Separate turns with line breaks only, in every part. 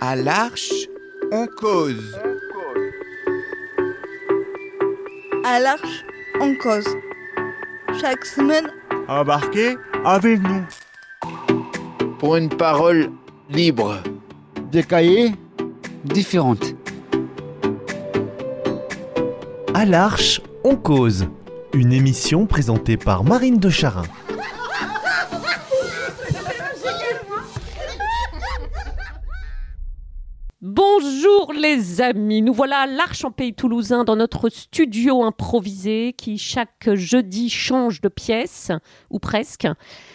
À l'arche, on cause.
À l'arche, on cause. Chaque semaine,
Embarquez avec nous.
pour une parole libre.
Des cahiers
différentes. À l'Arche, on cause.
Une émission présentée par Marine de Charin.
Bonjour les amis, nous voilà à l'Arche en Pays Toulousain dans notre studio improvisé qui chaque jeudi change de pièce, ou presque.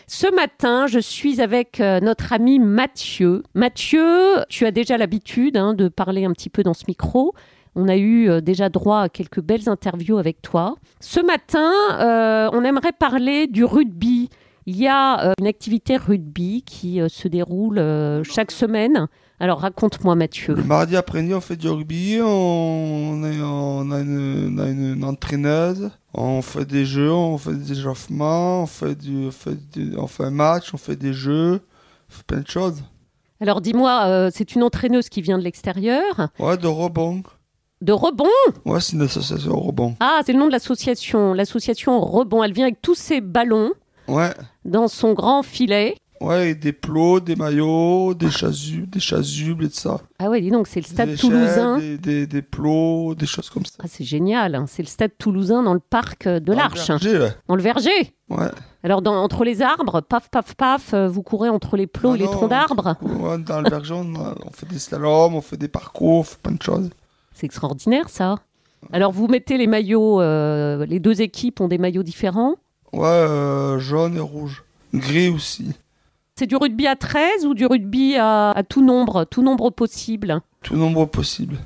Ce matin, je suis avec euh, notre ami Mathieu. Mathieu, tu as déjà l'habitude hein, de parler un petit peu dans ce micro. On a eu euh, déjà droit à quelques belles interviews avec toi. Ce matin, euh, on aimerait parler du rugby. Il y a euh, une activité rugby qui euh, se déroule euh, chaque semaine. Alors raconte-moi Mathieu.
Le mardi après-midi, on fait du rugby, on, on est- on a, une, on a une- une entraîneuse, on fait des jeux, on fait des échauffements, on fait, du, on fait, du- on fait un match, on fait des jeux, on fait plein de choses.
Alors dis-moi, euh, c'est une entraîneuse qui vient de l'extérieur,
Ouais, de rebond.
de Rebond.
Ouais, c'est une association rebond.
Ah, c'est le nom de l'association, l'association Rebond. Elle vient avec tous ses ballons
Ouais,
dans son grand filet.
ouais, et des plots, des maillots, des chasubles, des chasubles et tout ça.
Ah ouais, dis donc, c'est le
Des
stade
échelles,
toulousain.
Des, des, des plots, des choses comme ça.
Ah, c'est génial, hein. c'est le stade toulousain dans le parc euh, de
Dans le
l'Arche, hein.
verger, ouais.
dans le verger.
Ouais.
Alors dans- entre les arbres, paf, paf, paf, euh, vous courez entre les plots
Ah
et les
non,
troncs d'arbres.
Ouais, Dans le verger, on, a- on fait des slaloms, on fait des parcours, on fait plein de choses.
C'est extraordinaire ça. Alors vous mettez les maillots, euh, les deux équipes ont des maillots différents.
Ouais, euh, jaune et rouge. Gris aussi.
C'est du rugby à 13 ou du rugby à, à tout nombre, tout nombre possible
Tout nombre possible.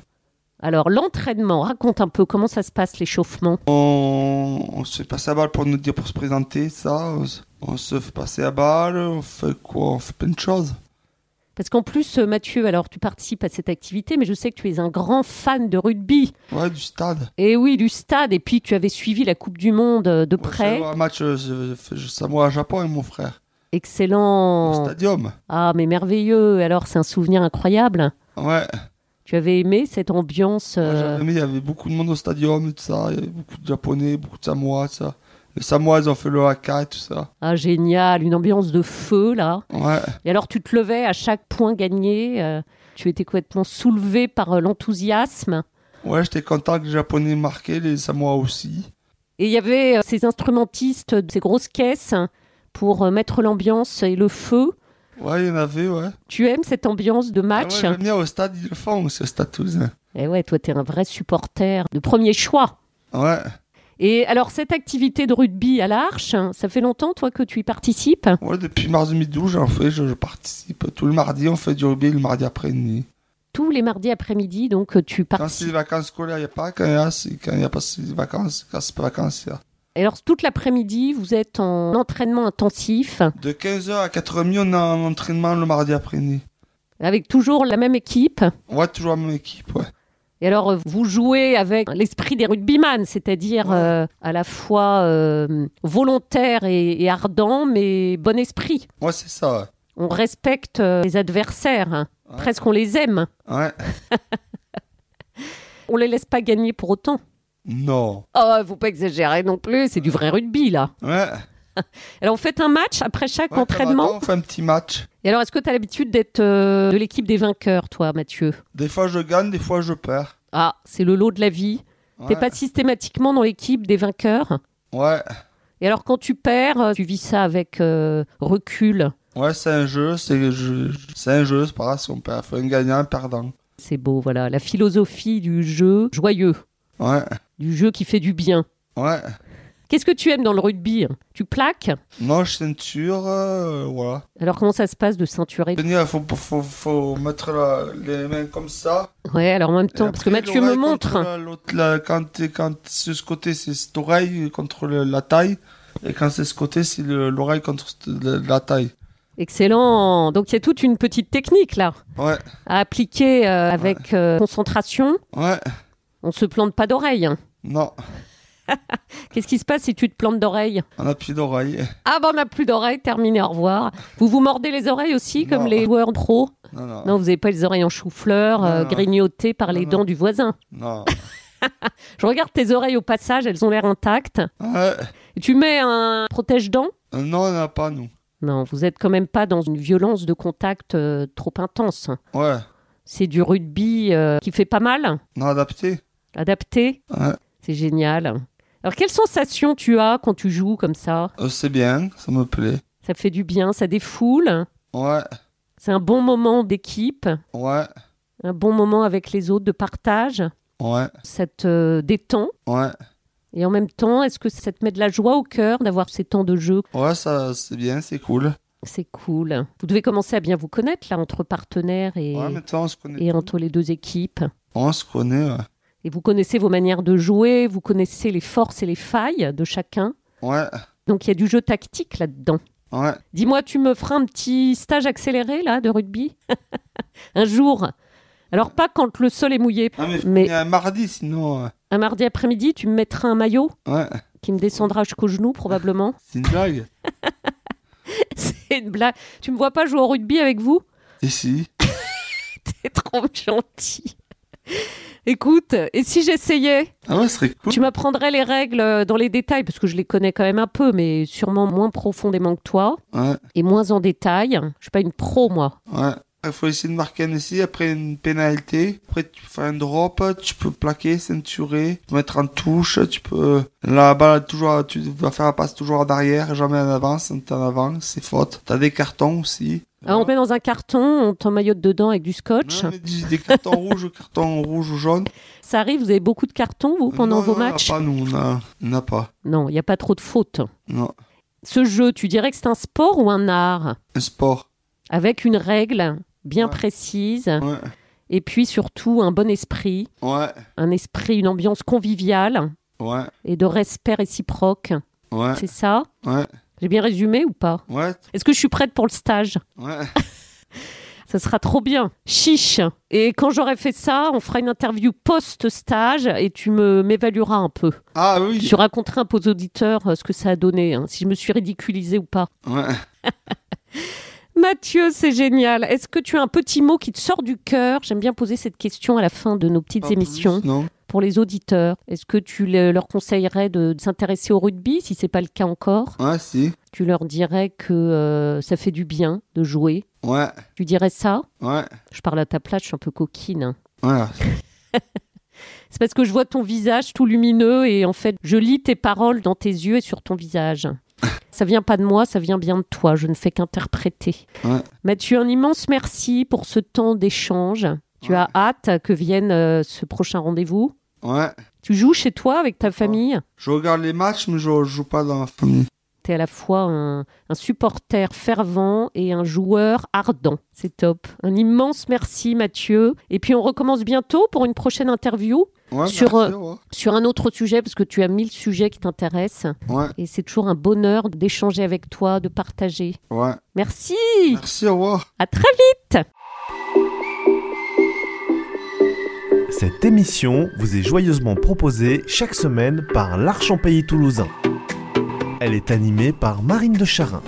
Alors l'entraînement, raconte un peu comment ça se passe l'échauffement.
On, on se fait passer à balle pour nous dire pour se présenter, ça. On, se- on se fait passer à balle, on fait quoi On fait plein de choses.
Parce qu'en plus euh, Mathieu, alors tu participes à cette activité, mais je sais que tu es un grand fan de rugby.
Ouais, du stade.
Et oui, du stade, et puis tu avais suivi la Coupe du Monde euh, de
Moi,
près.
j'ai un match, euh, je, je fais- je- ça moi à Japon avec mon frère. Au
Excellent.
stadium.
Ah mais merveilleux, alors c'est un souvenir incroyable.
Ouais.
Tu avais aimé cette ambiance
Moi,
euh,
j'avais aimé, il y avait beaucoup de monde au stadium et tout ça. Il y avait beaucoup de Japonais, beaucoup de Samoa, tout ça. Les Samoa, ils ont fait le haka et tout ça.
Ah génial, une ambiance de feu là.
Ouais.
Et alors tu te levais à chaque point gagné, euh, tu étais complètement soulevé par euh, l'enthousiasme.
Ouais, j'étais content que les Japonais marquaient, les Samoa aussi.
Et il y avait euh, ces instrumentistes, euh, ces grosses caisses hein, pour euh, mettre l'ambiance et le feu.
Ouais, il y en avait, ouais.
Tu aimes cette ambiance de
Ah ouais,
match
j'aime bien au stade, ils le font aussi, au stade toulousain.
Eh ouais, toi t'es un vrai supporter de premier choix.
Ouais.
Et alors cette activité de rugby à l'arche, hein, ça fait longtemps toi que tu y participes
Ouais, depuis mars 2012, j'en fais, je, je participe. Tout le mardi, on fait du rugby le mardi après-midi.
Tous les mardis après-midi, donc euh, tu
Quand c'est
participes.
les vacances scolaires, il n'y a pas. Quand il y a, c'est- quand il y a pas c'est les vacances, quand c'est pas vacances, il y a.
Et alors toute l'après-midi, vous êtes en entraînement intensif.
De 15h à 4h30, on a un entraînement le mardi après-midi.
avec toujours la même équipe.
Ouais, toujours la même équipe, ouais.
Et alors, euh, vous jouez avec l'esprit des rugbyman, c'est-à-dire
Ouais.
euh, à la fois euh, volontaire et, et ardent, mais bon esprit.
Ouais, c'est ça, ouais.
On respecte euh, les adversaires, hein.
Ouais.
presque on les aime.
Ouais.
On les laisse pas gagner pour autant.
Non.
Oh, faut pas exagérer non plus, c'est du vrai rugby là.
Ouais.
Alors, on fait un match après chaque
Ouais,
entraînement.
On fait un petit match.
Et alors, est-ce que tu as l'habitude d'être euh, de l'équipe des vainqueurs, toi, Mathieu
Des fois, je gagne, des fois, je perds.
Ah, c'est le lot de la vie.
Ouais.
T'es pas systématiquement dans l'équipe des vainqueurs
Ouais.
Et alors quand tu perds, euh, tu vis ça avec euh, recul.
Ouais, c'est un jeu, c'est je- je- c'est un jeu, c'est pas grave si on perd. Faut un gagnant, un perdant.
C'est beau, voilà, la philosophie du jeu joyeux,
Ouais.
du jeu qui fait du bien.
Ouais.
Qu'est-ce que tu aimes dans le rugby Tu plaques
Manche, ceinture, euh, voilà.
Alors comment ça se passe de ceinturer
Tenir, faut, faut, faut mettre la- les mains comme ça.
Ouais, alors en même temps,
Et
parce que
après,
Mathieu me
l'oreille
montre.
contre la- l'autre, la- quand t'es- quand c'est ce côté, c'est cette oreille contre le- la taille. Et quand c'est ce côté, c'est le- l'oreille contre cette- la, la taille.
Excellent. Donc il y a toute une petite technique là
Ouais,
à appliquer euh, avec euh, concentration.
ouais,
On se plante pas d'oreille. hein.
non.
Qu'est-ce qui se passe si tu te plantes d'oreille
Un appui d'oreille.
Ah bah on n'a plus d'oreilles, terminé, au revoir. Vous vous mordez les oreilles aussi, comme
Non.
les joueurs pro
Non, non.
Non, vous n'avez pas les oreilles en chou-fleur, euh,
Non, non.
grignotées par les
Non,
dents
non.
du voisin.
Non.
Je regarde tes oreilles au passage, elles ont l'air intactes.
Ouais.
Et tu mets un protège-dents
Euh, Non, on n'en a pas, nous.
Non, vous êtes quand même pas dans une violence de contact euh, trop intense.
Ouais.
C'est du rugby euh, qui fait pas mal,
Non, adapté.
adapté.
Ouais.
C'est génial. Alors, quelles sensations tu as quand tu joues comme ça
Euh, c'est bien, ça me plaît.
Ça fait du bien, ça défoule.
Ouais.
C'est un bon moment d'équipe,
Ouais.
un bon moment avec les autres de partage.
Ouais.
Ça te euh, détend.
Ouais.
Et en même temps, est-ce que ça te met de la joie au cœur d'avoir ces temps de jeu
Ouais, ça, c'est bien, c'est cool.
C'est cool. Vous devez commencer à bien vous connaître, là, entre partenaires et,
Ouais, maintenant, on se connaît.
et entre les deux équipes.
On se connaît, ouais.
Et vous connaissez vos manières de jouer, vous connaissez les forces et les failles de chacun.
Ouais.
Donc il y a du jeu tactique là-dedans.
Ouais.
Dis-moi, tu me feras un petit stage accéléré là de rugby un jour. Alors pas quand le sol est mouillé,
Ah, mais,
Mais-
il y a un mardi, sinon. Ouais.
un mardi après-midi, tu me mettras un maillot
Ouais.
qui me descendra jusqu'aux genoux probablement.
C'est une blague.
C'est une blague. Tu me vois pas jouer au rugby avec vous
Ici.
T'es trop gentil. Écoute, et si j'essayais
Ah ouais, ce serait cool.
Tu m'apprendrais les règles euh, dans les détails parce que je les connais quand même un peu, mais sûrement moins profondément que toi.
Ouais.
et moins en détail. Je suis pas une pro, moi.
Ouais. Il faut essayer de marquer un essai, après une pénalité. Après, tu fais un drop, tu peux plaquer, ceinturer, tu peux mettre en touche, tu peux... La balle, toujours, tu vas faire la passe toujours en arrière, jamais en avance, t'es en avant, c'est faute. T'as des cartons aussi.
Alors, Ah, on te met dans un carton, on t'emmaillote dedans avec du scotch.
Non, mais des, des cartons rouges, cartons rouges ou jaunes.
Ça arrive, vous avez beaucoup de cartons, vous, pendant
Non,
vos
non,
matchs
On n'a pas, nous, on a- on n'a pas.
Non, il n'y a pas trop de fautes.
Non.
Ce jeu, tu dirais que c'est un sport ou un art
Un sport.
Avec une règle bien
Ouais.
précise,
Ouais.
et puis surtout un bon esprit,
Ouais.
un esprit, une ambiance conviviale
Ouais.
et de respect réciproque.
Ouais.
C'est ça
Ouais.
J'ai bien résumé ou pas
Ouais.
Est-ce que je suis prête pour le stage
Ouais.
Ça sera trop bien. Chiche. Et quand j'aurai fait ça, on fera une interview post-stage et tu me m'évalueras un peu.
Ah oui.
Je raconterai un peu aux auditeurs euh, ce que ça a donné, hein, si je me suis ridiculisée ou pas.
Ouais.
Mathieu, c'est génial. Est-ce que tu as un petit mot qui te sort du cœur J'aime bien poser cette question à la fin de nos petites
Pas
émissions
plus, Non.
pour les auditeurs. Est-ce que tu le- leur conseillerais de, de s'intéresser au rugby si c'est pas le cas encore
Ouais, si.
Tu leur dirais que euh, ça fait du bien de jouer.
Ouais.
Tu dirais ça
Ouais.
Je parle à ta place, je suis un peu coquine. hein.
Ouais.
C'est parce que je vois ton visage tout lumineux et en fait, je lis tes paroles dans tes yeux et sur ton visage. Ça vient pas de moi, ça vient bien de toi. Je ne fais qu'interpréter.
Ouais.
Mathieu, un immense merci pour ce temps d'échange. Tu
Ouais.
as hâte que vienne euh, ce prochain rendez-vous.
Ouais.
Tu joues chez toi avec ta famille.
Je regarde les matchs, mais je je joue pas dans la famille.
Tu es à la fois un, un supporter fervent et un joueur ardent. C'est top. Un immense merci, Mathieu. Et puis, on recommence bientôt pour une prochaine interview.
Ouais,
Sur,
merci, ouais.
sur un autre sujet, parce que tu as mille sujets qui t'intéressent.
Ouais,
Et c'est toujours un bonheur d'échanger avec toi, de partager.
ouais.
Merci
Merci, au revoir.
À très
Cette émission vous est joyeusement proposée chaque semaine par l'Arch en Pays toulousain. Elle est animée par Marine de Charin.